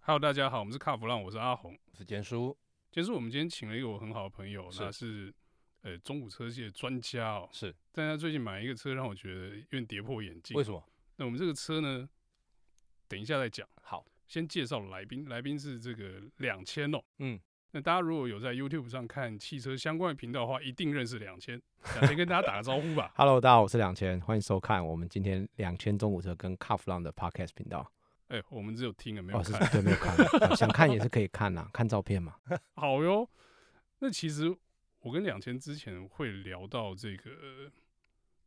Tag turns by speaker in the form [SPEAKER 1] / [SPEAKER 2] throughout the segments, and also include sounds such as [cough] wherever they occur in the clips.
[SPEAKER 1] Hello，大家好，我们是卡弗浪，我是阿红。
[SPEAKER 2] 是简书，
[SPEAKER 1] 其实我们今天请了一个我很好的朋友，
[SPEAKER 2] 是
[SPEAKER 1] 他是呃中古车界的专家哦，
[SPEAKER 2] 是
[SPEAKER 1] 但他最近买一个车让我觉得有点跌破眼镜
[SPEAKER 2] 为。什么？
[SPEAKER 1] 那我们这个车呢，等一下再讲，
[SPEAKER 2] 好，
[SPEAKER 1] 先介绍来宾，来宾是这个两千哦。
[SPEAKER 2] 嗯，
[SPEAKER 1] 那大家如果有在 YouTube 上看汽车相关的频道的话，一定认识两千。两千跟大家打个招呼
[SPEAKER 2] [laughs]
[SPEAKER 1] 吧。
[SPEAKER 3] Hello，大家好，我是两千，欢迎收看我们今天两千中午车跟 Cuff 浪的 Podcast 频道。
[SPEAKER 1] 哎、我们只有听了没有
[SPEAKER 3] 哦，是
[SPEAKER 1] 看。
[SPEAKER 3] 对，没
[SPEAKER 1] [laughs]
[SPEAKER 3] 有看，啊想看也是可以看呐、看照片嘛。
[SPEAKER 1] 好哟。那其实我跟两千之前会聊到这个呃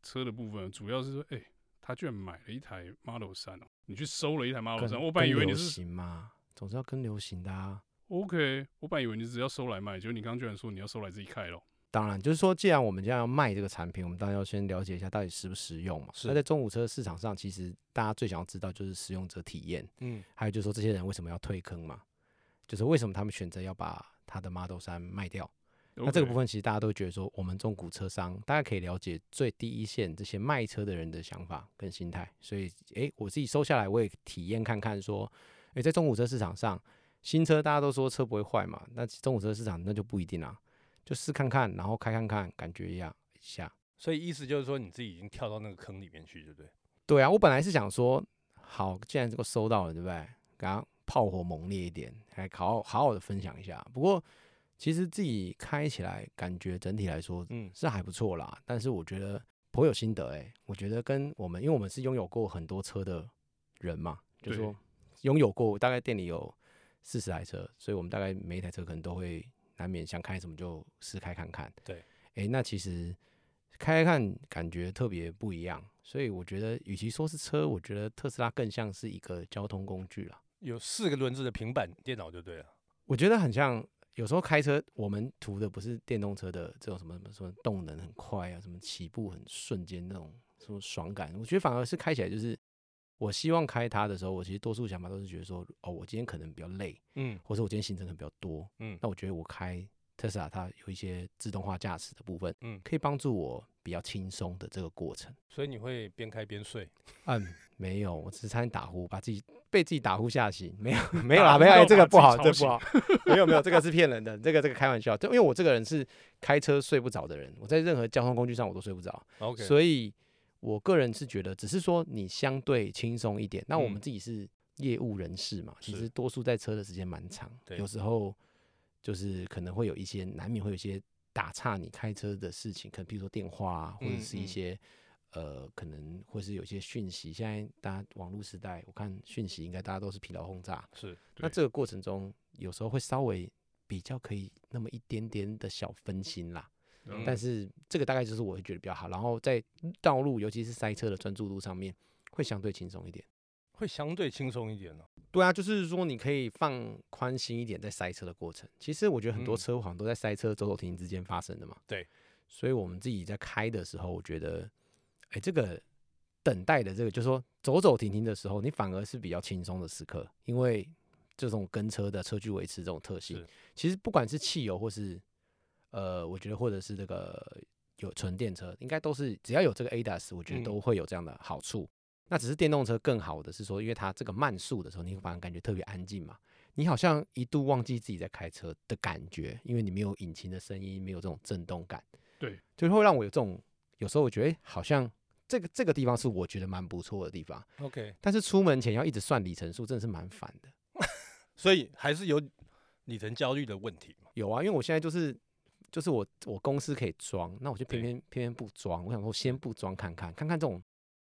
[SPEAKER 1] 车的部分，主要是说，哎、他居然买了一台 Model 三哦，你去收了一台 Model 三，
[SPEAKER 3] 跟
[SPEAKER 1] 我本来以为你
[SPEAKER 3] 跟流
[SPEAKER 1] 是
[SPEAKER 3] 行嘛，总是要跟流行的啊。
[SPEAKER 1] OK，我本来以为你只要收来卖，结果你刚刚居然说你要收来自己开咯。
[SPEAKER 3] 当然，就是说，既然我们现在要卖这个产品，我们当然要先了解一下到底实不实用嘛。
[SPEAKER 2] 是
[SPEAKER 3] 那在中午车市场上，其实大家最想要知道就是使用者体验，
[SPEAKER 2] 嗯，
[SPEAKER 3] 还有就是说这些人为什么要退坑嘛，就是为什么他们选择要把他的 Model 三卖掉。那这个部
[SPEAKER 1] 分
[SPEAKER 3] 分其实大家都会觉得说，我们中古车商大家可以了解最第一线这些卖车的人的想法跟心态，所以诶、我自己收下来，我也体验看看说，诶、在中古车市场上，新车大家都说车不会坏嘛，那中古车市场那就不一定啦、就试看看，然后开看看，感觉一下一下。
[SPEAKER 2] 所以意思就是说你自己已经跳到那个坑里面去，对不对？
[SPEAKER 3] 对啊，我本来是想说，好，既然这个收到了，对不对？给它炮火猛烈一点，还好好好的分享一下。不过其实自己开起来，感觉整体来说
[SPEAKER 2] 嗯，
[SPEAKER 3] 是还不错啦，但是我觉得颇有心得哎、我觉得跟我们，因为我们是拥有过很多车的人嘛，就
[SPEAKER 1] 对
[SPEAKER 3] 说拥有过，大概店里有四十台车，所以我们大概每一台车可能都会难免想开什么就试开看看。
[SPEAKER 2] 对
[SPEAKER 3] 哎、那其实开开看感觉特别不一样，所以我觉得与其说是车，我觉得特斯拉更像是一个交通工具啦。
[SPEAKER 2] 有四个轮子的平板电脑就对了。
[SPEAKER 3] 我觉得很像，有时候开车我们图的不是电动车的这种什么什么什么动能很快啊，什么起步很瞬间那种什么爽感，我觉得反而是开起来就是，我希望开它的时候，我其实多数想法都是觉得说，哦，我今天可能比较累，
[SPEAKER 2] 嗯
[SPEAKER 3] 或者我今天行程可能比较多，
[SPEAKER 2] 嗯
[SPEAKER 3] 那我觉得我开特斯拉它有一些自动化驾驶的部分，
[SPEAKER 2] 嗯，
[SPEAKER 3] 可以帮助我比较轻松的这个过程。
[SPEAKER 2] 所以你会边开边睡，
[SPEAKER 3] 嗯，没有，我只是差点打呼，把自己被自己打呼吓醒。没有，没
[SPEAKER 1] 打
[SPEAKER 3] [laughs] 有啦，
[SPEAKER 1] 呼
[SPEAKER 3] 没有，哎
[SPEAKER 1] 到
[SPEAKER 3] 这
[SPEAKER 1] 把自
[SPEAKER 3] 个不
[SPEAKER 1] 己
[SPEAKER 3] 好，
[SPEAKER 1] 吵
[SPEAKER 3] 这
[SPEAKER 1] 醒
[SPEAKER 3] 不好。 [laughs] 没有，没有，这个是骗人的，这个这个开玩笑。就因为我这个人是开车睡不着的人，我在任何交通工具上我都睡不着
[SPEAKER 2] OK，
[SPEAKER 3] 所以我个人是觉得，只是说你相对轻松一点。那我们
[SPEAKER 2] 嗯
[SPEAKER 3] 自己是业务人士嘛，其
[SPEAKER 2] 是
[SPEAKER 3] 实多数在车的时间蛮长，
[SPEAKER 2] 对
[SPEAKER 3] 有时候就是可能会有一些难免会有一些打岔你开车的事情，可能比如说电话啊，或者
[SPEAKER 2] 嗯
[SPEAKER 3] 是一
[SPEAKER 2] 嗯
[SPEAKER 3] 些、呃，可能或是有一些讯息。现在大家网络时代，我看讯息应该大家都是疲劳轰炸。
[SPEAKER 2] 是
[SPEAKER 3] 那
[SPEAKER 1] 对
[SPEAKER 3] 这个过程中，有时候会稍微比较可以那么一点点的小分心啦，
[SPEAKER 2] 嗯
[SPEAKER 3] 但是这个大概就是我会觉得比较好。然后在道路，尤其是塞车的专注度上面，会相对轻松一点。
[SPEAKER 2] 会相对轻松一点哦。
[SPEAKER 3] 对啊，就是说你可以放宽心一点，在塞车的过程。其实我觉得很多
[SPEAKER 2] 嗯
[SPEAKER 3] 车好像都在塞车走走停停之间发生的嘛。
[SPEAKER 2] 对，
[SPEAKER 3] 所以我们自己在开的时候，我觉得，哎，这个等待的这个，就是说走走停停的时候，你反而是比较轻松的时刻，因为这种跟车的车距维持这种特性
[SPEAKER 2] 是，
[SPEAKER 3] 其实不管是汽油或是呃，我觉得或者是这个有纯电车，应该都是只要有这个 ADAS，我觉
[SPEAKER 2] 嗯
[SPEAKER 3] 得都会有这样的好处。那只是电动车更好的是说，因为它这个慢速的时候，你反而感觉特别安静嘛，你好像一度忘记自己在开车的感觉，因为你没有引擎的声音，没有这种震动感，
[SPEAKER 1] 对，
[SPEAKER 3] 就会让我有这种有时候我觉得诶好像这个这个地方是我觉得蛮不错的地方，
[SPEAKER 2] OK，
[SPEAKER 3] 但是出门前要一直算里程数，真的是蛮烦的。
[SPEAKER 2] 所以还是有里程焦虑的问题嘛。
[SPEAKER 3] 有啊，因为我现在就是就是我我公司可以装，那我就偏
[SPEAKER 2] 对
[SPEAKER 3] 偏偏偏不装。我想说先不装看看，看看这种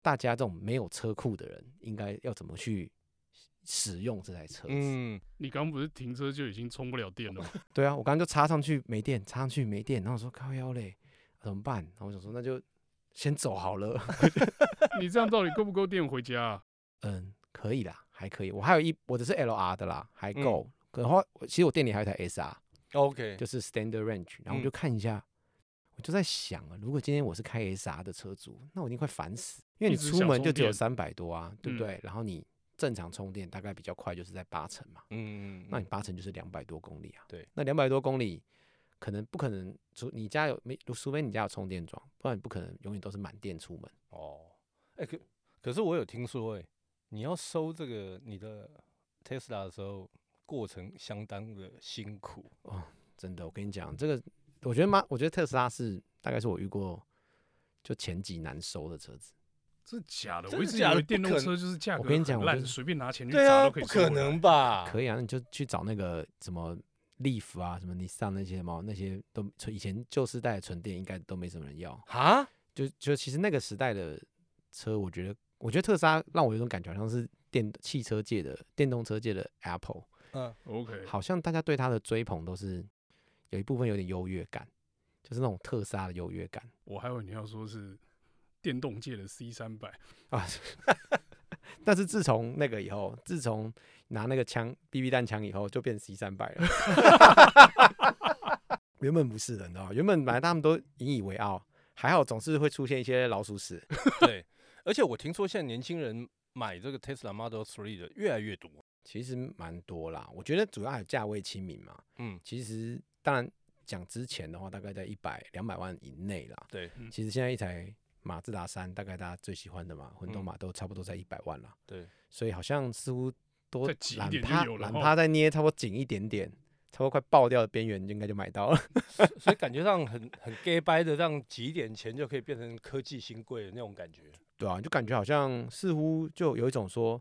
[SPEAKER 3] 大家这种没有车库的人，应该要怎么去使用这台车子。
[SPEAKER 2] 嗯，
[SPEAKER 1] 你刚不是停车就已经充不了电了吗？ [laughs]
[SPEAKER 3] 对啊，我刚刚就插上去没电，插上去没电，然后我说靠腰嘞，啊怎么办？然后我想说那就先走好了。 [laughs]
[SPEAKER 1] 你这样到底够不够电回家、啊？
[SPEAKER 3] 嗯，可以啦，还可以。我还有一我的是 L R 的啦，还
[SPEAKER 2] 嗯
[SPEAKER 3] 够。然后其实我店里还有一台 S R，
[SPEAKER 2] OK，
[SPEAKER 3] 就是 standard range，然后我
[SPEAKER 2] 嗯
[SPEAKER 3] 就看一下，我就在想啊，如果今天我是开 SR 的车主，那我一定快烦死，因为
[SPEAKER 1] 一
[SPEAKER 3] 你
[SPEAKER 1] 直
[SPEAKER 3] 出
[SPEAKER 1] 想
[SPEAKER 3] 门就
[SPEAKER 1] 充
[SPEAKER 3] 只有
[SPEAKER 1] 电
[SPEAKER 3] 三百多啊，对不
[SPEAKER 1] 嗯
[SPEAKER 3] 对？然后你正常充电大概比较快就是在八成嘛，
[SPEAKER 2] 嗯，
[SPEAKER 3] 那你八成就是两百多公里啊。
[SPEAKER 2] 对，
[SPEAKER 3] 那两百多公里可能不可能，除你家有没，除非你家有充电桩，不然你不可能永远都是满电出门。
[SPEAKER 2] 哦，哎、可可是我有听说、哎，你要收这个你的 Tesla 的时候，过程相当的辛苦。
[SPEAKER 3] 哦真的，我跟你讲，这个我觉得妈，我觉得特斯拉是大概是我遇过就前几难收的车子。
[SPEAKER 1] 真的假的？
[SPEAKER 2] 真
[SPEAKER 1] 我一
[SPEAKER 2] 的
[SPEAKER 1] 直以
[SPEAKER 2] 假的
[SPEAKER 1] 为电
[SPEAKER 2] 不
[SPEAKER 1] 动
[SPEAKER 2] 可
[SPEAKER 1] 车就是价
[SPEAKER 3] 我
[SPEAKER 1] 格
[SPEAKER 3] 跟你讲
[SPEAKER 1] 很
[SPEAKER 3] 我
[SPEAKER 1] 烂，
[SPEAKER 3] 就是
[SPEAKER 1] 随便拿钱去
[SPEAKER 2] 对
[SPEAKER 1] 砸
[SPEAKER 2] 啊，
[SPEAKER 1] 都可
[SPEAKER 2] 不
[SPEAKER 1] 以收
[SPEAKER 2] 可
[SPEAKER 1] 回来
[SPEAKER 2] 能吧？ [laughs]
[SPEAKER 3] 可以啊，那你就去找那个什么 Leaf 啊，什么 Nissan 那些什么那些都以前旧时代的纯电应该都没什么人要。
[SPEAKER 2] 啊？
[SPEAKER 3] 就就其实那个时代的车，我觉得我觉得特斯拉让我有一种感觉，好像是电汽车界的电动车界的 Apple，
[SPEAKER 2] 嗯，
[SPEAKER 1] ？OK，
[SPEAKER 3] 好像大家对它的追捧都是有一部分有点优越感，就是那种特斯拉的优越感
[SPEAKER 1] 我还以为你要说是电动界的 C 三百，
[SPEAKER 3] 啊。 [laughs] 但是自从那个以后，自从拿那个枪 BB 弹枪以后，就变 C 三百了。 [laughs] 原本不是的，你知道吗？原本本来他们都引以为傲，还好总是会出现一些老鼠屎。
[SPEAKER 2] 对。而且我听说现在年轻人买这个 Tesla Model Three 的越来越多。
[SPEAKER 3] 其实蛮多啦，我觉得主要还有价位亲民嘛。
[SPEAKER 2] 嗯，
[SPEAKER 3] 其实当然讲之前的话，大概在一百两百万以内啦。
[SPEAKER 2] 对
[SPEAKER 1] 嗯
[SPEAKER 3] 其实现在一台马自达三，大概大家最喜欢的嘛，混动
[SPEAKER 2] 嗯
[SPEAKER 3] 马都差不多在一百万啦。
[SPEAKER 2] 对，
[SPEAKER 3] 所以好像似乎多
[SPEAKER 1] 再挤一
[SPEAKER 3] 懒
[SPEAKER 1] 点就
[SPEAKER 3] 趴
[SPEAKER 1] 有了
[SPEAKER 3] 懒
[SPEAKER 1] 哦
[SPEAKER 3] 趴再捏，差不多紧一点点，差不多快爆掉的边缘，应该就买到了。
[SPEAKER 2] 所以感觉上很很 gay 掰的，让几点钱就可以变成科技新贵的那种感觉。
[SPEAKER 3] 对啊，就感觉好像似乎就有一种说，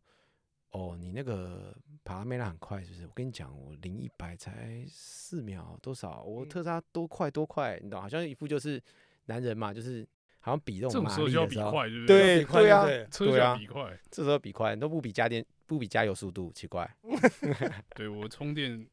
[SPEAKER 3] 哦，你那个帕拉梅拉很快，是不是？我跟你讲，我零一百才四秒多少，我
[SPEAKER 2] 嗯
[SPEAKER 3] 特斯拉多快多快，你懂？好像一副就是男人嘛，就是好像比这
[SPEAKER 1] 这种
[SPEAKER 3] 种马
[SPEAKER 1] 时候
[SPEAKER 3] 力
[SPEAKER 1] 就要
[SPEAKER 3] 的
[SPEAKER 1] 比
[SPEAKER 3] 时候，
[SPEAKER 1] 快，对不
[SPEAKER 3] 对
[SPEAKER 2] 比快
[SPEAKER 3] 啊
[SPEAKER 2] 不对
[SPEAKER 1] 车就
[SPEAKER 3] 对
[SPEAKER 1] 要
[SPEAKER 3] 啊
[SPEAKER 1] 比快。
[SPEAKER 3] 这时候比快都不比加电，不比加油速度，
[SPEAKER 1] [laughs]
[SPEAKER 3] 奇怪。
[SPEAKER 1] 对我充电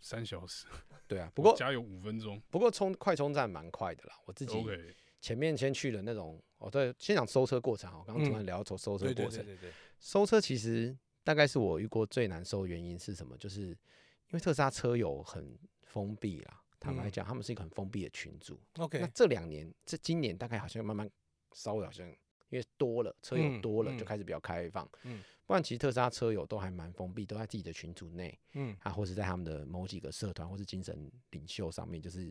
[SPEAKER 1] 三小时，
[SPEAKER 3] 对啊，不
[SPEAKER 1] 不
[SPEAKER 3] 过
[SPEAKER 1] 加油五分钟。
[SPEAKER 3] 不过充快充站蛮快的啦，我自己
[SPEAKER 1] OK，
[SPEAKER 3] 前面先去了那种，哦对，先讲收车过程哈，我刚
[SPEAKER 1] 嗯
[SPEAKER 3] 刚突然聊到收收车
[SPEAKER 2] 对
[SPEAKER 3] 过程
[SPEAKER 2] 对，对对对，
[SPEAKER 3] 收车其实大概是我遇过最难收的原因是什么？就是因为特斯拉车友很封闭啦，坦白
[SPEAKER 2] 嗯
[SPEAKER 3] 讲，他们是一个很封闭的群组。那
[SPEAKER 2] OK，
[SPEAKER 3] 这两年，这今年大概好像慢慢稍微好像因为多了车友
[SPEAKER 2] 嗯
[SPEAKER 3] 多了，就
[SPEAKER 2] 嗯
[SPEAKER 3] 开始比较开放。
[SPEAKER 2] 嗯
[SPEAKER 3] 不然其实特斯拉车友都还蛮封闭，都在自己的群组内
[SPEAKER 2] 嗯
[SPEAKER 3] 啊，或是在他们的某几个社团或是精神领袖上面，就是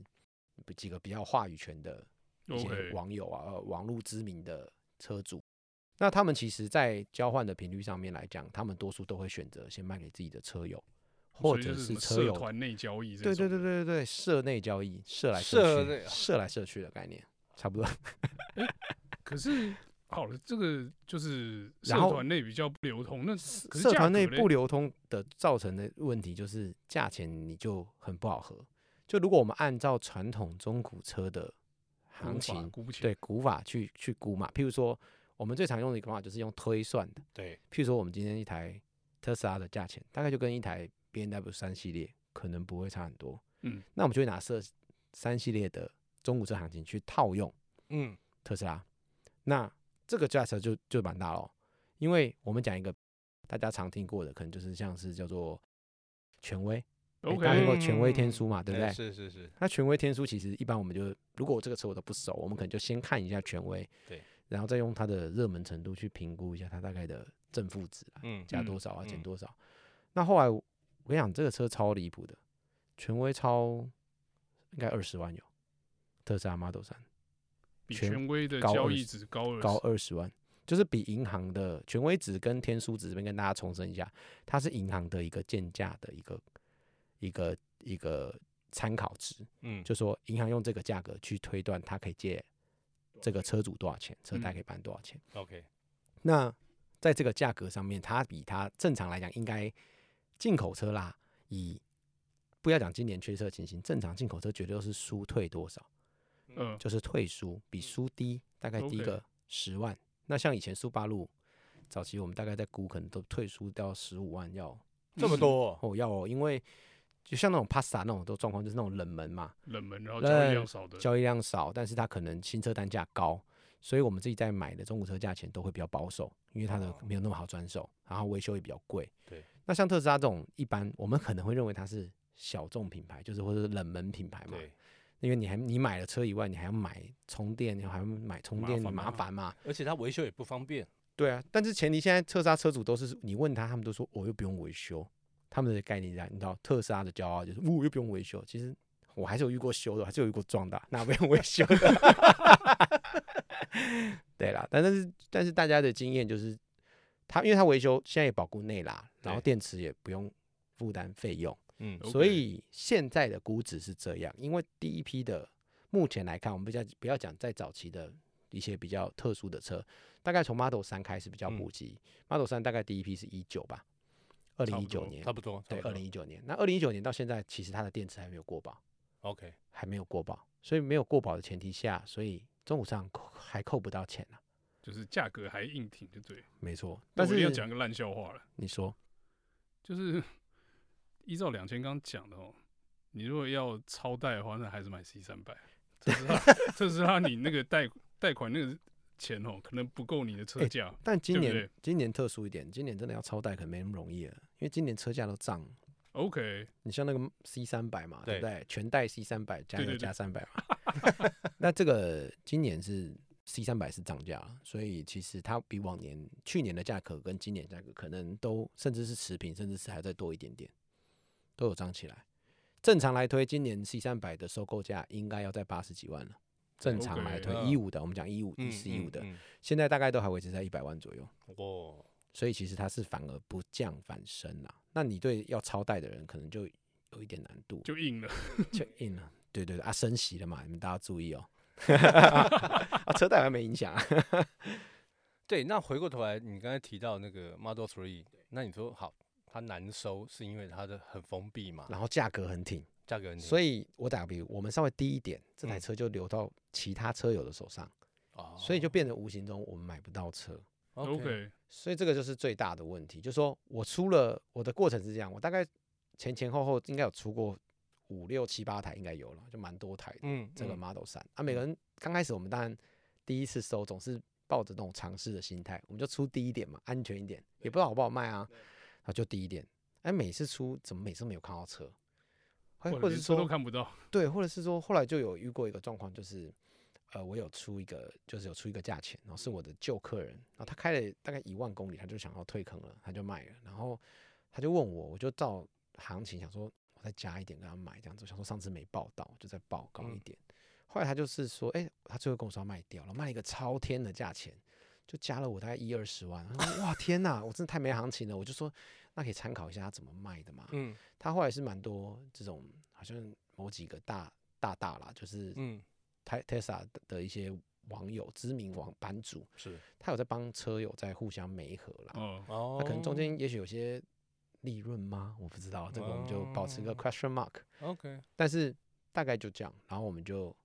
[SPEAKER 3] 几个比较有话语权的一些
[SPEAKER 1] OK，
[SPEAKER 3] 网友啊，呃，网络知名的车主。那他们其实，在交换的频率上面来讲，他们多数都会选择先卖给自己的车友，
[SPEAKER 1] 哦
[SPEAKER 3] 或
[SPEAKER 1] 所以
[SPEAKER 3] 者
[SPEAKER 1] 就是什么
[SPEAKER 3] 车
[SPEAKER 1] 社
[SPEAKER 3] 友。
[SPEAKER 1] 团内交易这
[SPEAKER 3] 对对
[SPEAKER 1] 种啊
[SPEAKER 3] 对对对对，社内交易，社来社
[SPEAKER 2] 社
[SPEAKER 3] 去
[SPEAKER 2] 内，
[SPEAKER 3] 社来社去的概念，差不多。
[SPEAKER 1] 可是好了，这个就是社
[SPEAKER 3] 然后
[SPEAKER 1] 团内比较不流通，那可是
[SPEAKER 3] 社
[SPEAKER 1] 价
[SPEAKER 3] 团内
[SPEAKER 1] 格嘞
[SPEAKER 3] 不流通的造成的问题就是价钱你就很不好合。就如果我们按照传统中古车的行
[SPEAKER 1] 无法
[SPEAKER 3] 情，
[SPEAKER 1] 估起来
[SPEAKER 3] 对古法去去估嘛，譬如说我们最常用的一个方法就是用推算的。
[SPEAKER 2] 对，
[SPEAKER 3] 譬如说我们今天一台特斯拉的价钱，大概就跟一台 B N W 三系列可能不会差很多。
[SPEAKER 1] 嗯，
[SPEAKER 3] 那我们就会拿设三系列的中古车行情去套用
[SPEAKER 2] 嗯
[SPEAKER 3] 特斯拉，那这个价差就就蛮大咯，因为我们讲一个大家常听过的，可能就是像是叫做权威，诶大家听
[SPEAKER 1] ，OK，
[SPEAKER 3] 过权威
[SPEAKER 2] 嗯
[SPEAKER 3] 天书嘛，对不对？
[SPEAKER 2] 哎是是是，
[SPEAKER 3] 那权威天书其实一般我们就，如果我这个车我都不熟，我们可能就先看一下权威，
[SPEAKER 2] 对，
[SPEAKER 3] 然后再用它的热门程度去评估一下它大概的正负值啊，
[SPEAKER 2] 嗯
[SPEAKER 3] 加
[SPEAKER 1] 嗯
[SPEAKER 3] 多少啊，减
[SPEAKER 2] 嗯
[SPEAKER 3] 多少。那后来我我跟你讲，这个车超离谱的，权威超应该二十万有，特斯拉 Model 三
[SPEAKER 1] 比
[SPEAKER 3] 全
[SPEAKER 1] 权威的
[SPEAKER 3] 高
[SPEAKER 1] 交
[SPEAKER 3] 二
[SPEAKER 1] 易
[SPEAKER 3] 十
[SPEAKER 1] 值高了
[SPEAKER 3] 高二十万，就是比银行的权威值跟天书值这边跟大家重申一下，它是银行的一个建价的一个一个一个参考值。
[SPEAKER 2] 嗯
[SPEAKER 3] 就说银行用这个价格去推断他可以借这个车主多少钱，车贷
[SPEAKER 1] 嗯
[SPEAKER 3] 可以办多少钱。
[SPEAKER 2] OK，
[SPEAKER 3] 那在这个价格上面，它比它正常来讲应该进口车啦，以不要讲今年缺车的情形，正常进口车绝对都是输退多少，
[SPEAKER 1] 嗯，
[SPEAKER 3] 就是退输比输低，大概低
[SPEAKER 1] OK
[SPEAKER 3] 个十万。那像以前速八路早期我们大概在估，可能都退输到十五万要
[SPEAKER 2] 这么
[SPEAKER 1] 嗯
[SPEAKER 2] 多哦，
[SPEAKER 3] 哦要哦，因为就像那种 Pasta 那种都状况，就是那种冷门嘛，
[SPEAKER 1] 冷门，然后交易量少的，
[SPEAKER 3] 交易量少，但是它可能新车单价高，所以我们自己在买的中古车价钱都会比较保守，因为它的
[SPEAKER 2] 哦
[SPEAKER 3] 没有那么好转手，然后维修也比较贵。
[SPEAKER 2] 对，
[SPEAKER 3] 那像特斯拉这种，一般我们可能会认为它是小众品牌，就是或者是冷门品牌嘛，
[SPEAKER 2] 对，
[SPEAKER 3] 因为你还你买了车以外，你还要买充电，你还要买充
[SPEAKER 1] 麻
[SPEAKER 3] 电
[SPEAKER 1] 烦
[SPEAKER 3] 麻
[SPEAKER 1] 嘛
[SPEAKER 3] 烦嘛。
[SPEAKER 2] 而且它维修也不方便，
[SPEAKER 3] 对啊，但是前提现在特斯拉车主都是你问他，他们都说我、又不用维修，他们的概念在你知道特斯拉的骄傲就是我、又不用维修，其实我还是有遇过修的，还是有遇过撞的，哪不用维修的？ [laughs] 对啦，但但是但是大家的经验就是它因为它维修现在也保固内啦，然后
[SPEAKER 2] 对
[SPEAKER 3] 电池也不用负担费用，
[SPEAKER 2] 嗯
[SPEAKER 1] OK
[SPEAKER 3] 所以现在的估值是这样。因为第一批的目前来看，我们比较不要讲在早期的一些比较特殊的车，大概从 Model 三开始比较
[SPEAKER 2] 嗯
[SPEAKER 3] 普及。Model 三大概第一批是一九吧，二零
[SPEAKER 1] 差
[SPEAKER 3] 一
[SPEAKER 1] 不
[SPEAKER 3] 九
[SPEAKER 1] 多嗯
[SPEAKER 3] 年，
[SPEAKER 2] 差不多，
[SPEAKER 3] 对，
[SPEAKER 2] 差
[SPEAKER 3] 二
[SPEAKER 2] 不多
[SPEAKER 3] 零一九年。那二零一九年到现在，其实它的电池还没有过保。
[SPEAKER 2] OK，
[SPEAKER 3] 还没有过保，所以没有过保的前提下，所以中午上扣还扣不到钱啊。
[SPEAKER 1] 就是价格还硬挺，就对。
[SPEAKER 3] 没错，
[SPEAKER 1] 那
[SPEAKER 3] 但
[SPEAKER 1] 我一
[SPEAKER 3] 是
[SPEAKER 1] 定要讲个烂笑话了，
[SPEAKER 3] 你说
[SPEAKER 1] 就是 [laughs] 依照两千刚讲的哦，你如果要超贷的话，那还是买 C 三百。特斯拉，特斯拉，你那个贷贷款那个钱哦，可能不够你的车
[SPEAKER 3] 哎
[SPEAKER 1] 价。
[SPEAKER 3] 但今
[SPEAKER 1] 对不
[SPEAKER 3] 年
[SPEAKER 1] 对
[SPEAKER 3] 今年特殊一点，今年真的要超贷可能没那么容易了，因为今年车价都涨。
[SPEAKER 1] OK，
[SPEAKER 3] 你像那个 C 三百嘛，
[SPEAKER 2] 对
[SPEAKER 3] 对不对？全带 C 三百加
[SPEAKER 1] 对
[SPEAKER 3] 油
[SPEAKER 1] 对对
[SPEAKER 3] 加三百嘛。 [laughs] 那这个今年是 C 三百是涨价了，所以其实它比往年去年的价格跟今年价格可能都甚至是持平，甚至是还再多一点点，都有涨起来。正常来推，今年 C 三百的收购价应该要在八十几万了。正常来推
[SPEAKER 2] OK，嗯
[SPEAKER 3] 一五的，我们讲一五一
[SPEAKER 2] 嗯
[SPEAKER 3] 四一五的，
[SPEAKER 2] 嗯
[SPEAKER 3] 现在大概都还维持在一百万左右。
[SPEAKER 2] 嗯哦，
[SPEAKER 3] 所以其实它是反而不降反升啦。那你对要超贷的人可能就有一点难度，
[SPEAKER 1] 就硬了。
[SPEAKER 3] 就硬了。对对对啊，升息了嘛，你们大家注意哦。
[SPEAKER 2] [laughs]
[SPEAKER 3] 啊，车贷还没影响啊。
[SPEAKER 2] 对，那回过头来，你刚才提到那个 Model Three，那你说好，它难收是因为它的很封闭嘛，
[SPEAKER 3] 然后价格很挺，
[SPEAKER 2] 价格很低
[SPEAKER 3] 所以我打个比，我们稍微低一点，这台
[SPEAKER 2] 嗯
[SPEAKER 3] 车就流到其他车友的手上，
[SPEAKER 2] 哦
[SPEAKER 3] 所以就变成无形中我们买不到车。
[SPEAKER 2] OK，
[SPEAKER 1] OK，
[SPEAKER 3] 所以这个就是最大的问题，就是说我出了我的过程是这样，我大概前前后后应该有出过五六七八台，应该有了，就蛮多台的。
[SPEAKER 2] 嗯，
[SPEAKER 3] 这个
[SPEAKER 2] 嗯
[SPEAKER 3] Model 三、啊，每个人刚开始我们当然第一次收总是抱着那种尝试的心态，我们就出低一点嘛，安全一点，也不知道好不好卖啊，然后就低一点。哎，每次出怎么每次都没有看到车，哎或
[SPEAKER 1] 我
[SPEAKER 3] 或者
[SPEAKER 1] 连
[SPEAKER 3] 是
[SPEAKER 1] 车都
[SPEAKER 3] 说
[SPEAKER 1] 看不到。
[SPEAKER 3] 对，或者是说后来就有遇过一个状况，就是呃，我有出一个就是有出一个价钱，然后是我的旧客人，然后他开了大概一万公里，他就想要退坑了，他就卖了，然后他就问我，我就照行情想说我再加一点跟他买这样子，我想说上次没报到，就再报高一
[SPEAKER 2] 嗯
[SPEAKER 3] 点。后来他就是说，哎、他最后跟我说要卖掉了，卖了一个超天的价钱，就加了我大概一二十万。然后我说哇，天哪，我真的太没行情了。我就说，那可以参考一下他怎么卖的嘛。
[SPEAKER 2] 嗯
[SPEAKER 3] 他后来是蛮多这种，好像某几个大大大啦，就是
[SPEAKER 2] 嗯
[SPEAKER 3] Te- Tesla 的的一些网友、知名网版主，
[SPEAKER 2] 是
[SPEAKER 3] 他有在帮车友在互相媒合啦。
[SPEAKER 1] 哦，
[SPEAKER 2] 哦
[SPEAKER 3] 那可能中间也许有些利润吗？我不知道，这个我们就保持一个
[SPEAKER 2] 哦
[SPEAKER 3] question mark。
[SPEAKER 2] OK
[SPEAKER 3] 但是大概就这样，然后我们就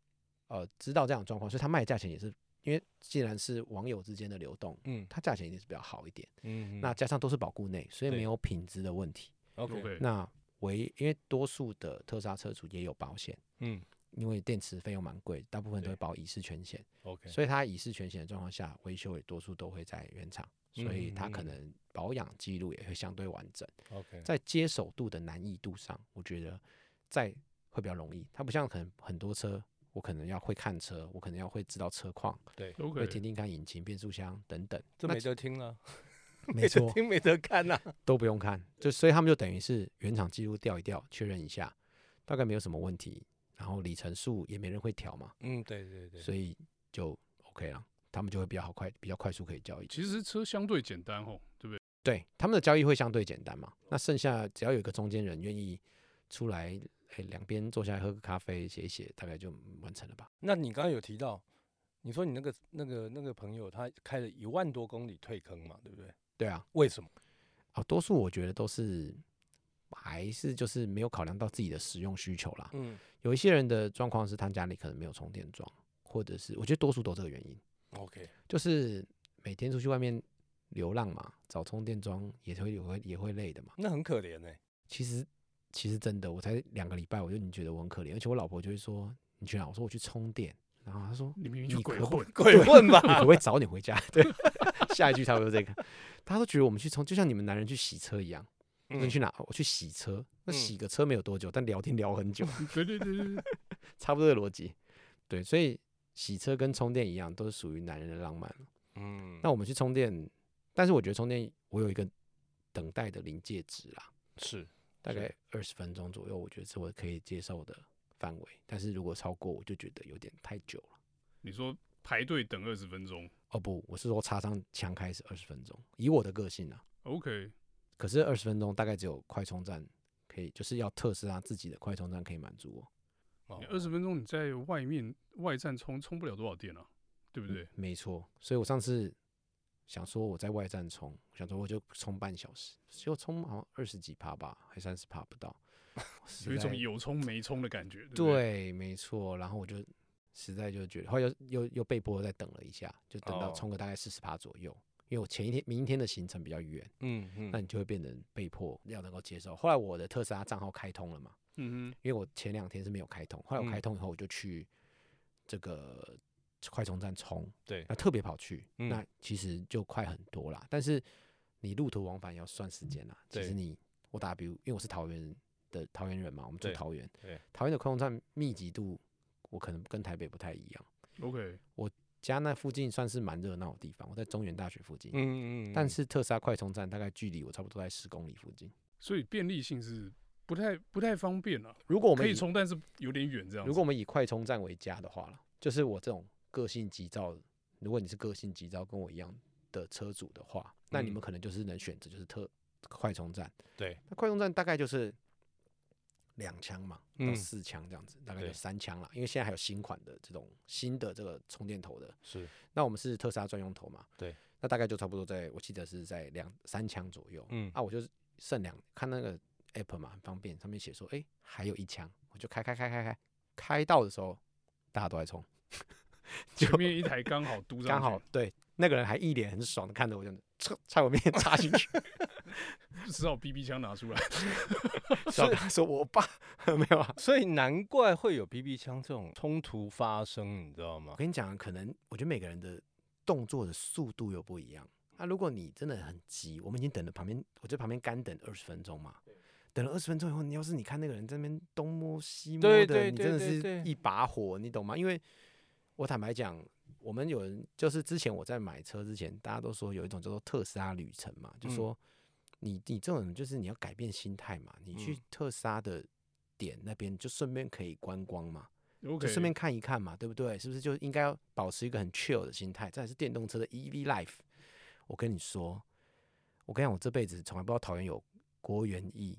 [SPEAKER 3] 呃知道这样的状况，所以他卖的价钱也是因为既然是网友之间的流动，
[SPEAKER 2] 嗯
[SPEAKER 3] 它价钱一定是比较好一点。
[SPEAKER 2] 嗯，
[SPEAKER 3] 那加上都是保固内，所以
[SPEAKER 2] 对
[SPEAKER 3] 没有品质的问题。
[SPEAKER 2] OK
[SPEAKER 3] 那唯因为多数的特斯拉车主也有保险，
[SPEAKER 2] 嗯
[SPEAKER 3] 因为电池费用蛮贵，大部分都
[SPEAKER 2] 对
[SPEAKER 3] 会保已逝权险，
[SPEAKER 2] OK
[SPEAKER 3] 所以它已逝权险的状况下，维修也多数都会在原厂，所以它可
[SPEAKER 2] 嗯嗯嗯
[SPEAKER 3] 能保养记录也会相对完整。
[SPEAKER 2] OK
[SPEAKER 3] 在接手度的难易度上，我觉得在会比较容易。它不像可能很多车，我可能要会看车，我可能要会知道车况，
[SPEAKER 2] 对，
[SPEAKER 3] 会
[SPEAKER 1] OK，
[SPEAKER 3] 听听看引擎、变速箱等等。
[SPEAKER 2] 这
[SPEAKER 3] 那
[SPEAKER 2] 没得听了，
[SPEAKER 3] 没
[SPEAKER 2] 没 [laughs] 得
[SPEAKER 3] 错，
[SPEAKER 2] 听没得看啊
[SPEAKER 3] [laughs]
[SPEAKER 2] 呐，
[SPEAKER 3] 都不用看，就所以他们就等于是原厂记录调一调，确认一下，大概没有什么问题。然后里程数也没人会调嘛，
[SPEAKER 2] 嗯对对对，
[SPEAKER 3] 所以就 OK 了。他们就会比较好快，比较快速可以交易。
[SPEAKER 1] 其实车相对简单哦，对不对？
[SPEAKER 3] 对，他们的交易会相对简单嘛。那剩下只要有一个中间人愿意出来，哎、两边坐下来喝个咖啡，写一写，大概就完成了吧。
[SPEAKER 2] 那你刚刚有提到，你说你那个那个那个朋友他开了一万多公里退坑嘛，对不对？
[SPEAKER 3] 对啊，
[SPEAKER 2] 为什么？
[SPEAKER 3] 啊，多数我觉得都是还是就是没有考量到自己的使用需求啦。
[SPEAKER 2] 嗯，
[SPEAKER 3] 有一些人的状况是他家里可能没有充电桩，或者是我觉得多数都这个原因，
[SPEAKER 2] OK，
[SPEAKER 3] 就是每天出去外面流浪嘛，找充电桩也会也会也会累的嘛。
[SPEAKER 2] 那很可怜呢、
[SPEAKER 3] 其实其实真的，我才两个礼拜，我就已经觉得我很可怜，而且我老婆就会说你去哪？我说我去充电，然后她说
[SPEAKER 1] 你明明就
[SPEAKER 3] 你
[SPEAKER 1] 鬼
[SPEAKER 3] 可不
[SPEAKER 1] 混，
[SPEAKER 2] 鬼混吧
[SPEAKER 3] 你可不可以早点回家？对， [laughs] 下一句差不多这个，大家都觉得我们去充，就像你们男人去洗车一样，你
[SPEAKER 2] 嗯
[SPEAKER 3] 去哪？我去洗车，那
[SPEAKER 2] 嗯
[SPEAKER 3] 洗个车没有多久，但聊天聊很久，
[SPEAKER 1] [laughs] 对对对对对，
[SPEAKER 3] 差不多的逻辑。对，所以洗车跟充电一样，都是属于男人的浪漫。
[SPEAKER 2] 嗯，
[SPEAKER 3] 那我们去充电，但是我觉得充电我有一个等待的临界值啦，
[SPEAKER 2] 是
[SPEAKER 3] 大
[SPEAKER 2] 是
[SPEAKER 3] 概二十分钟左右，我觉得是我可以接受的范围。但是如果超过，我就觉得有点太久了。
[SPEAKER 1] 你说排队等二十分钟，
[SPEAKER 3] 哦不，我是说插上枪开始二十分钟，以我的个性啊，
[SPEAKER 1] OK，
[SPEAKER 3] 可是二十分钟大概只有快充站可以，就是要特斯拉自己的快充站可以满足我，
[SPEAKER 2] 哦
[SPEAKER 1] 你二十分钟你在外面外站充充不了多少电啊，对不对？
[SPEAKER 3] 嗯没错。所以我上次想说我在外站充，我想说我就充半小时，结果充好像二十几趴吧，还三十趴不
[SPEAKER 1] [laughs]
[SPEAKER 3] 到，实
[SPEAKER 1] 有一种
[SPEAKER 3] 在
[SPEAKER 1] 有充没充的感觉，对不对？
[SPEAKER 3] 对，没错。然后我就实在就觉得，后来又又又被迫再等了一下，就等到
[SPEAKER 2] 哦
[SPEAKER 3] 充个大概四十趴左右，因为我前一天、明天的行程比较远，
[SPEAKER 2] 嗯嗯
[SPEAKER 3] 那你就会变成被迫要能够接受。后来我的特斯拉账号开通了嘛，
[SPEAKER 1] 嗯
[SPEAKER 3] 因为我前两天是没有开通，后来我
[SPEAKER 2] 嗯
[SPEAKER 3] 开通以后，我就去这个快充站充，
[SPEAKER 2] 对
[SPEAKER 3] 那特别跑去，
[SPEAKER 2] 嗯
[SPEAKER 3] 那其实就快很多啦。但是你路途往返要算时间啦。啊其
[SPEAKER 2] 对
[SPEAKER 3] 实你我打比如，因为我是桃园的桃园人嘛，我们住
[SPEAKER 2] 对
[SPEAKER 3] 桃园
[SPEAKER 2] 对，
[SPEAKER 3] 桃园的快充站密集度，我可能跟台北不太一样。
[SPEAKER 1] 哼，OK，
[SPEAKER 3] 家那附近算是蛮热闹的地方，我在中原大学附近，
[SPEAKER 2] 嗯嗯嗯，
[SPEAKER 3] 但
[SPEAKER 2] 嗯
[SPEAKER 3] 是特斯拉快充站大概距离我差不多在十公里附近。
[SPEAKER 1] 所以便利性是不太不太方便啊，
[SPEAKER 3] 如果我们
[SPEAKER 1] 可以
[SPEAKER 3] 以
[SPEAKER 1] 充，但是有点远这样子。
[SPEAKER 3] 如果我们以快充站为家的话了，就是我这种个性急躁，如果你是个性急躁跟我一样的车主的话，那你
[SPEAKER 2] 嗯
[SPEAKER 3] 们可能就是能选择就是特快充站。
[SPEAKER 2] 对，
[SPEAKER 3] 那快充站大概就是两枪嘛，到
[SPEAKER 2] 嗯
[SPEAKER 3] 四枪这样子，大概就
[SPEAKER 2] 对
[SPEAKER 3] 三枪啦。因为现在还有新款的这种新的这个充电头的，
[SPEAKER 2] 是
[SPEAKER 3] 那我们是特斯拉专用头嘛，
[SPEAKER 2] 对，
[SPEAKER 3] 那大概就差不多在我记得是在两三枪左右。
[SPEAKER 2] 嗯
[SPEAKER 3] 啊，我就是剩两，看那个 app 嘛，很方便，上面写说，哎、还有一枪，我就开开开开开，开到的时候大家都在冲，就
[SPEAKER 1] 前面一台刚好嘟上去，
[SPEAKER 3] 刚好对那个人还一脸很爽的看着我，这样子， [laughs] 插插我面前插进
[SPEAKER 1] [laughs]
[SPEAKER 3] 去，
[SPEAKER 1] 只好 BB 枪拿出来。
[SPEAKER 3] 然后跟他说我爸 [laughs] 没有啊。
[SPEAKER 2] 所以难怪会有 BB 枪这种冲突发生，你知道吗
[SPEAKER 3] 我？跟你讲，可能我觉得每个人的动作的速度又不一样。那、如果你真的很急，我们已经等了旁边，我在旁边干等二十分钟嘛。等了二十分钟以后，你要是你看那个人在那边东摸西摸
[SPEAKER 2] 对
[SPEAKER 3] 的，
[SPEAKER 2] 对
[SPEAKER 3] 你
[SPEAKER 2] 对
[SPEAKER 3] 真的
[SPEAKER 2] 对
[SPEAKER 3] 是
[SPEAKER 2] 对
[SPEAKER 3] 一把火，你懂吗？因为我坦白讲，我们有人就是之前我在买车之前，大家都说有一种叫做特斯拉旅程嘛，
[SPEAKER 2] 嗯
[SPEAKER 3] 就说你你这种人就是你要改变心态嘛，你去
[SPEAKER 2] 嗯
[SPEAKER 3] 特斯拉的点那边就顺便可以观光嘛。
[SPEAKER 1] OK，
[SPEAKER 3] 就顺便看一看嘛，对不对？是不是就应该要保持一个很 chill 的心态？这也是电动车的 EV life。我跟你说，我跟你讲，我这辈子从来不知道桃园有国园驿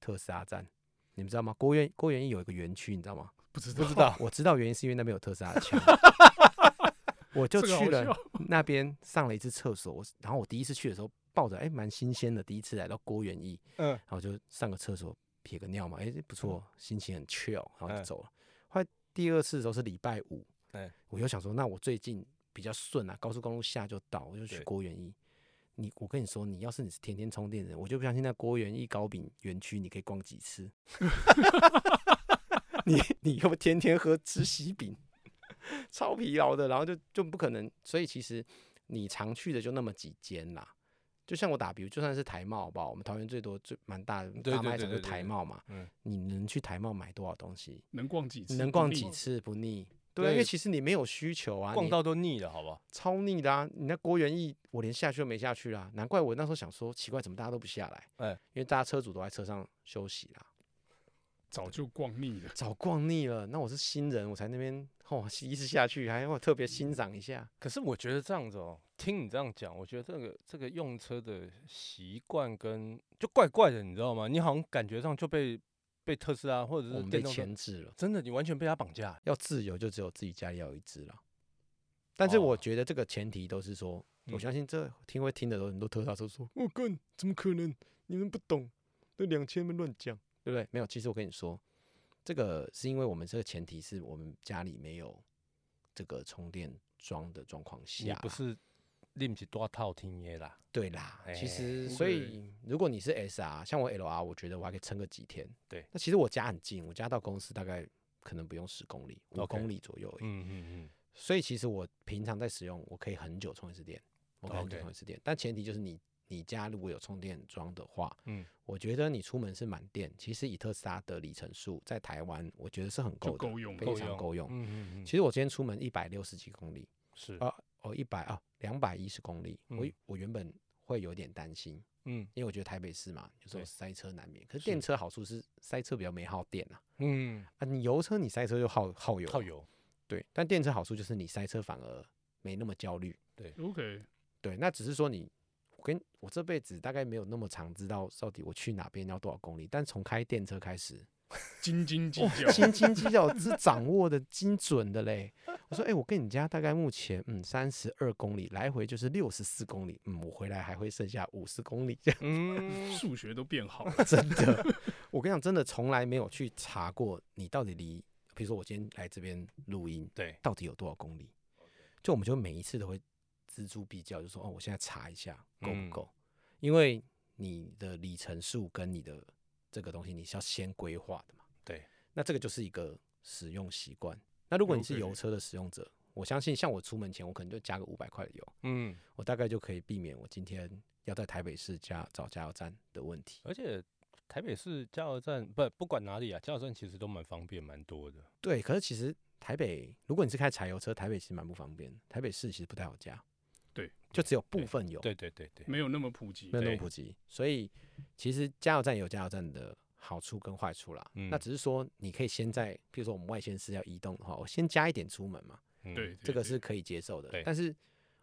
[SPEAKER 3] 特斯拉站，你们知道吗？国园国园驿有一个园区，你知道吗？
[SPEAKER 1] 不知
[SPEAKER 2] 不
[SPEAKER 1] 道
[SPEAKER 2] 知道，
[SPEAKER 3] 我知道原因是因为那边有特斯拉
[SPEAKER 1] [laughs]
[SPEAKER 3] 的枪，我就
[SPEAKER 1] 这个好
[SPEAKER 3] 去了
[SPEAKER 1] 笑
[SPEAKER 3] 那边上了一次厕所。我然后我第一次去的时候，抱着哎蛮新鲜的，第一次来到郭园驿，
[SPEAKER 2] [laughs] 嗯，
[SPEAKER 3] 然后就上个厕所撇个尿嘛，哎、不错，心情很 chill，然后就
[SPEAKER 2] 嗯
[SPEAKER 3] 走了。后来第二次的时候是礼拜五，
[SPEAKER 2] 哎
[SPEAKER 3] 我又想说，那我最近比较顺啊，高速公路下就到，我就去
[SPEAKER 2] 对
[SPEAKER 3] 郭园驿。你，我跟你说，你要是你是天天充电的人，我就不相信那郭园驿糕饼园区你可以逛几次。 [laughs] 你你又不天天喝吃喜饼， [laughs] 超疲劳的，然后就就不可能。所以其实你常去的就那么几间啦。就像我打比如，就算是台贸好不好？我们桃园最多最蛮大的
[SPEAKER 2] 对
[SPEAKER 3] 大
[SPEAKER 2] 对
[SPEAKER 3] 卖
[SPEAKER 2] 对
[SPEAKER 3] 场就
[SPEAKER 2] 对对
[SPEAKER 3] 台
[SPEAKER 2] 对
[SPEAKER 3] 贸嘛。
[SPEAKER 2] 嗯
[SPEAKER 3] 你能去台贸买多少东西？
[SPEAKER 1] 能逛几次？
[SPEAKER 3] 你能逛
[SPEAKER 1] 不腻
[SPEAKER 3] 几？次不腻？哦对啊，因为
[SPEAKER 2] 对
[SPEAKER 3] 其实你没有需求啊，
[SPEAKER 2] 逛
[SPEAKER 3] 你
[SPEAKER 2] 到都腻了，好不好？
[SPEAKER 3] 超腻的啊！你那郭元义，我连下去都没下去啦。难怪我那时候想说，奇怪，怎么大家都不下来？
[SPEAKER 2] 哎
[SPEAKER 3] 因为大家车主都在车上休息啦，
[SPEAKER 1] 早就逛腻了。
[SPEAKER 3] 早逛腻了。那我是新人，我才那边哦，第一次下去还要特别欣赏一下。
[SPEAKER 2] 可是我觉得这样子哦，听你这样讲，我觉得这个这个用车的习惯跟就怪怪的，你知道吗？你好像感觉上就被被特斯拉或者
[SPEAKER 3] 我
[SPEAKER 2] 是
[SPEAKER 3] 们被
[SPEAKER 2] 电动车，
[SPEAKER 3] 牵制了，
[SPEAKER 2] 真的你完全被它绑架。
[SPEAKER 3] 要自由就只有自己家里要有一只了。但是我
[SPEAKER 2] 哦
[SPEAKER 3] 觉得这个前提都是说，我
[SPEAKER 2] 嗯
[SPEAKER 3] 相信这听会听的很多特斯拉车说，我干，怎么可能？你们不懂，那两千们乱讲，对不对？没有，其实我跟你说，这个是因为我们这个前提是我们家里没有这个充电桩的状况
[SPEAKER 2] 你
[SPEAKER 3] 下，
[SPEAKER 2] 不是拎起多套听耶啦，
[SPEAKER 3] 对啦，其
[SPEAKER 2] 哎
[SPEAKER 3] 实
[SPEAKER 1] 对
[SPEAKER 3] 所以如果你是 SR，像我 LR，我觉得我还可以撑个几天。
[SPEAKER 2] 对，
[SPEAKER 3] 那其实我家很近，我家到公司大概可能不用十公里，五
[SPEAKER 2] OK
[SPEAKER 3] 公里左右而已。
[SPEAKER 2] 嗯嗯嗯，
[SPEAKER 3] 所以其实我平常在使用，我可以很久充一次电，我可以很久
[SPEAKER 2] OK
[SPEAKER 3] 充一次电。但前提就是你你家如果有充电桩的话，
[SPEAKER 2] 嗯，
[SPEAKER 3] 我觉得你出门是满电，其实以特斯拉的里程数在台湾，我觉得是很
[SPEAKER 1] 就
[SPEAKER 3] 够的，
[SPEAKER 1] 够用了
[SPEAKER 3] 非常够用。
[SPEAKER 2] 嗯嗯嗯，
[SPEAKER 3] 其实我今天出门一百六十几公里，
[SPEAKER 2] 是，
[SPEAKER 3] 啊，哦一百啊两百一十公里，我
[SPEAKER 2] 嗯
[SPEAKER 3] 我原本会有点担心，
[SPEAKER 2] 嗯
[SPEAKER 3] 因为我觉得台北市嘛，有时候
[SPEAKER 2] 对
[SPEAKER 3] 塞车难免。可是
[SPEAKER 2] 是
[SPEAKER 3] 电车好处是塞车比较没耗电啊，
[SPEAKER 2] 嗯，
[SPEAKER 3] 啊，你油车你塞车就耗耗油， [laughs]
[SPEAKER 2] 靠油，
[SPEAKER 3] 对。但电车好处就是你塞车反而没那么焦虑。
[SPEAKER 1] OK，
[SPEAKER 3] 对，那只是说你，我跟我这辈子大概没有那么常知道到底我去哪边要多少公里，但从开电车开始，
[SPEAKER 1] 斤斤计较，
[SPEAKER 3] 斤斤计较哦是掌握的精准的嘞。我说，哎、我跟你家大概目前嗯三十二公里，来回就是六十四公里，嗯，我回来还会剩下五十公里，这样
[SPEAKER 2] 嗯，
[SPEAKER 1] 数学都变好了。
[SPEAKER 3] 真的，我跟你讲，真的从来没有去查过你到底离，比如说我今天来这边录音，
[SPEAKER 2] 对，
[SPEAKER 3] 到底有多少公里？就我们就每一次都会锱铢必较，就说哦，我现在查一下够不
[SPEAKER 2] 嗯
[SPEAKER 3] 够，因为你的里程数跟你的这个东西你是要先规划的嘛。
[SPEAKER 2] 对，
[SPEAKER 3] 那这个就是一个使用习惯。那如果你是
[SPEAKER 2] 哦
[SPEAKER 1] OK
[SPEAKER 3] 油车的使用者，我相信像我出门前，我可能就加个五百块的油， [laughs]
[SPEAKER 2] 嗯，
[SPEAKER 3] 我大概就可以避免我今天要在台北市加找加油站的问题。
[SPEAKER 2] 而且台北市加油站不不管哪里啊，加油站其实都蛮方便，蛮多的。
[SPEAKER 3] 对，可是其实台北，如果你是开柴油车，台北其实蛮不方便的，台北市其实不太好加。
[SPEAKER 1] 对，
[SPEAKER 3] 就只有部分有。
[SPEAKER 2] 对对对对，
[SPEAKER 1] 没有那么普及
[SPEAKER 3] 没。有那
[SPEAKER 2] 对
[SPEAKER 3] 么普及，所以其实加油站也有加油站的好处跟坏处啦。那
[SPEAKER 2] 嗯
[SPEAKER 3] 只是说你可以先在，譬如说我们外县市要移动的话，我先加一点出门嘛，
[SPEAKER 2] 嗯
[SPEAKER 1] 对，
[SPEAKER 3] 这个
[SPEAKER 1] 对
[SPEAKER 3] 是可以接受的
[SPEAKER 2] 对。
[SPEAKER 3] 但是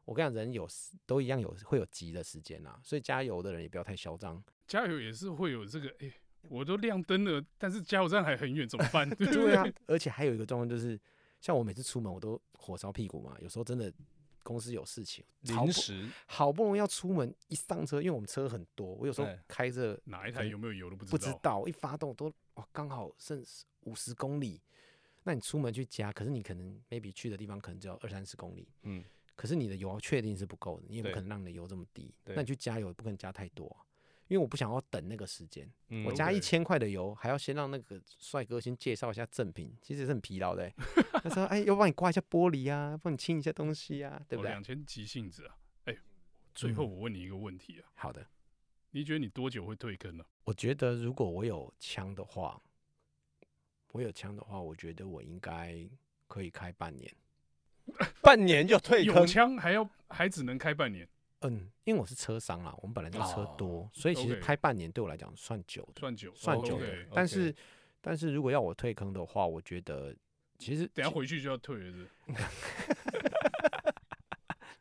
[SPEAKER 3] 我跟你讲，人有时都一样有会有急的时间啊啦，所以加油的人也不要太
[SPEAKER 2] [laughs]
[SPEAKER 3] 嚣张。
[SPEAKER 1] 加油也是会有这个，哎、我都亮灯了，但是加油站还很远，怎么
[SPEAKER 3] [laughs]
[SPEAKER 1] 办？对不
[SPEAKER 3] 对
[SPEAKER 1] 对
[SPEAKER 3] 啊，而且还有一个状况就是，像我每次出门我都火烧屁股嘛，有时候真的公司有事情，好不
[SPEAKER 2] 临时
[SPEAKER 3] 好不容易要出门，一上车，因为我们车很多，我有时候
[SPEAKER 2] 对
[SPEAKER 3] 开着
[SPEAKER 1] 哪一
[SPEAKER 3] 可
[SPEAKER 1] 台
[SPEAKER 3] 能
[SPEAKER 1] 有没有油都不
[SPEAKER 3] 不
[SPEAKER 1] 知
[SPEAKER 3] 知
[SPEAKER 1] 道。
[SPEAKER 3] 道，一发动都哇，刚好剩五十公里。那你出门去加，可是你可能 maybe 去的地方可能只有二三十公里，
[SPEAKER 2] 嗯，
[SPEAKER 3] 可是你的油确定是不够的，你也不
[SPEAKER 2] 对
[SPEAKER 3] 可能让你的油这么低。
[SPEAKER 2] 对
[SPEAKER 3] 那你去加油也不可能加太多啊、因为我不想要等那个时间。
[SPEAKER 2] 嗯
[SPEAKER 3] 我加一
[SPEAKER 1] OK
[SPEAKER 3] 千块的油，还要先让那个帅哥先介绍一下赠品，其实也是很疲
[SPEAKER 2] [laughs]
[SPEAKER 3] 劳的欸、他说：“哎，要帮你刮一下玻璃啊，帮你清一下东西啊，对不嗯对
[SPEAKER 1] 哦两千急性子啊，哎、最后我问你一个问题啊，？”
[SPEAKER 3] 好的，
[SPEAKER 1] 你觉得你多久会退坑呢、
[SPEAKER 3] 我觉得如果我有枪的话，我有枪的话，我觉得我应该可以开半年。
[SPEAKER 2] 半年就退
[SPEAKER 1] 有
[SPEAKER 2] 坑，
[SPEAKER 1] 枪还要还只能开半年，
[SPEAKER 3] 嗯，因为我是车商啦，我们本来就车
[SPEAKER 2] 哦
[SPEAKER 3] 多，所以其实
[SPEAKER 1] OK
[SPEAKER 3] 开半年对我来讲算久的，
[SPEAKER 1] 算久，
[SPEAKER 3] 算
[SPEAKER 1] 哦
[SPEAKER 3] 久的。
[SPEAKER 1] OK
[SPEAKER 3] 但
[SPEAKER 2] OK
[SPEAKER 3] 是，但是如果要我退坑的话，我觉得其实
[SPEAKER 1] 等下回去就要退了是不是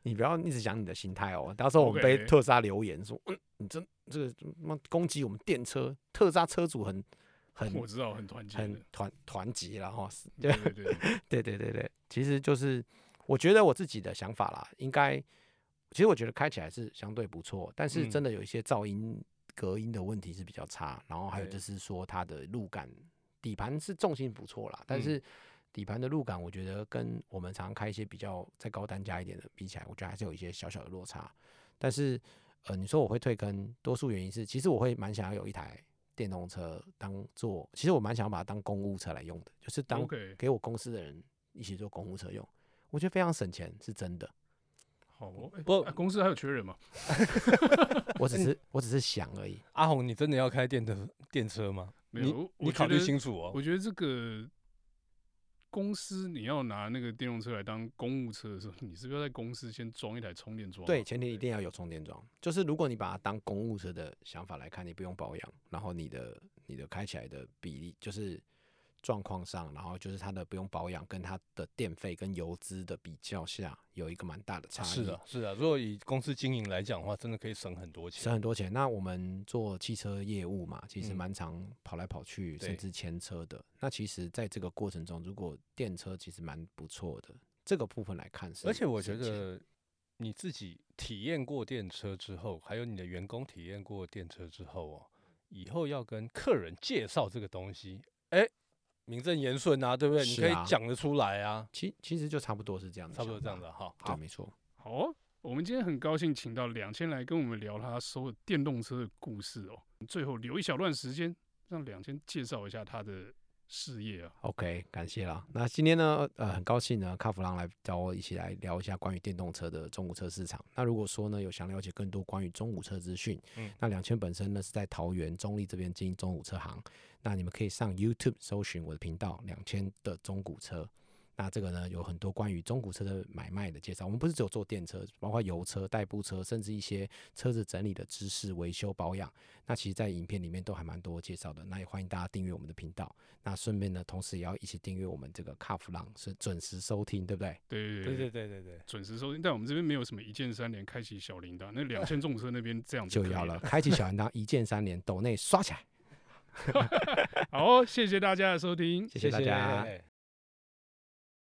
[SPEAKER 3] 你不要一直讲你的心态哦，到时候我们被
[SPEAKER 1] OK
[SPEAKER 3] 特斯拉留言说，嗯，你真这个妈攻击我们电车，特斯拉车主很
[SPEAKER 1] 我
[SPEAKER 3] 很
[SPEAKER 1] 知道很团结的
[SPEAKER 3] 很，团团结了哈，是
[SPEAKER 1] 对对对，对
[SPEAKER 3] 对对对对，其实就是我觉得我自己的想法啦，应该其实我觉得开起来是相对不错，但是
[SPEAKER 2] 嗯
[SPEAKER 3] 真的有一些噪音、隔音的问题是比较差，然后还有就
[SPEAKER 2] 对
[SPEAKER 3] 是说它的路感，底盘是重心不错啦，但
[SPEAKER 2] 嗯
[SPEAKER 3] 是底盘的路感我觉得跟我们常开一些比较再高单价一点的比起来，我觉得还是有一些小小的落差，但是。呃，你说我会退坑，多数原因是，其实我会蛮想要有一台电动车当做，其实我蛮想要把它当公务车来用的，就
[SPEAKER 2] [laughs]
[SPEAKER 3] 是当
[SPEAKER 1] OK，
[SPEAKER 3] 给我公司的人一起做公务车用，我觉得非常省钱，是真的。
[SPEAKER 1] 好哦，哎
[SPEAKER 2] 不
[SPEAKER 1] 啊公司还有缺人吗？
[SPEAKER 3] 我只是我只是想而已。
[SPEAKER 2] 阿红，你真的要开电车电车吗？
[SPEAKER 1] 没有，我
[SPEAKER 2] 你
[SPEAKER 1] 我
[SPEAKER 2] 考
[SPEAKER 1] 觉
[SPEAKER 2] 虑
[SPEAKER 1] 得
[SPEAKER 2] 清楚哦。
[SPEAKER 1] 我觉得这个公司你要拿那个电动车来当公务车的时候，你是不是要在公司先装一台充电桩啊？
[SPEAKER 3] 对，前提一定要有充电桩。就是如果你把它当公务车的想法来看，你不用保养，然后你的你的开起来的比例就是状况上，然后就是它的不用保养跟它的电费跟油资的比较下，有一个蛮大的差
[SPEAKER 2] 是
[SPEAKER 3] 异。
[SPEAKER 2] 啊，是啊，如果以公司经营来讲的话，真的可以省很多
[SPEAKER 3] 省
[SPEAKER 2] 钱。
[SPEAKER 3] 很多钱。那我们做汽车业务嘛，其实
[SPEAKER 2] 嗯
[SPEAKER 3] 蛮常跑来跑去，甚
[SPEAKER 2] 对
[SPEAKER 3] 至牵车的。那其实在这个过程中，如果电车其实蛮不错的，这个部分来看是。
[SPEAKER 2] 而且我觉
[SPEAKER 3] 省钱
[SPEAKER 2] 得你自己体验过电车之后，还有你的员工体验过电车之后哦，以后要跟客人介绍这个东西，哎、名正言顺啊，对不对？你
[SPEAKER 3] 是
[SPEAKER 2] 可
[SPEAKER 3] 啊
[SPEAKER 2] 以讲得出来啊，
[SPEAKER 3] 其其实就差不多是啊这样的
[SPEAKER 2] 差
[SPEAKER 3] 想
[SPEAKER 2] 不
[SPEAKER 3] 法，
[SPEAKER 2] 多这样的啊哈。
[SPEAKER 3] 对，
[SPEAKER 2] 好，
[SPEAKER 3] 没错。
[SPEAKER 1] 好哦、我们今天很高兴请到两千来跟我们聊他收的电动车的故事哦。最后留一小段时间，让两千介绍一下他的事业啊。
[SPEAKER 3] OK，感谢啦。那今天呢，呃，很高兴呢，卡弗朗来找我一起来聊一下关于电动车的中古车市场。那如果说呢，有想了解更多关于中古车资讯，
[SPEAKER 2] 嗯
[SPEAKER 3] 那两千本身呢是在桃园中立这边经营中古车行，那你们可以上 YouTube 搜寻我的频道两千的中古车。那这个呢，有很多关于中古车的买卖的介绍。我们不是只有做电车，包括油车、代步车，甚至一些车子整理的知识、维修保养。那其实，在影片里面都还蛮多介绍的。那也欢迎大家订阅我们的频道。那顺便呢，同时也要一起订阅我们这个卡弗朗，是准时收听，对不对？
[SPEAKER 1] 对对
[SPEAKER 2] 对对对对对，
[SPEAKER 1] 准时收听。但我们这边没有什么一键三连，开启小铃铛。那两
[SPEAKER 3] [laughs]
[SPEAKER 1] 线众车那边哦这样
[SPEAKER 3] 就
[SPEAKER 1] 可以
[SPEAKER 3] 要了，。开启小铃铛，一键三连，抖内刷起来，
[SPEAKER 1] 好哦，谢谢大家的收听。
[SPEAKER 3] 谢谢大家。
[SPEAKER 2] 谢谢哎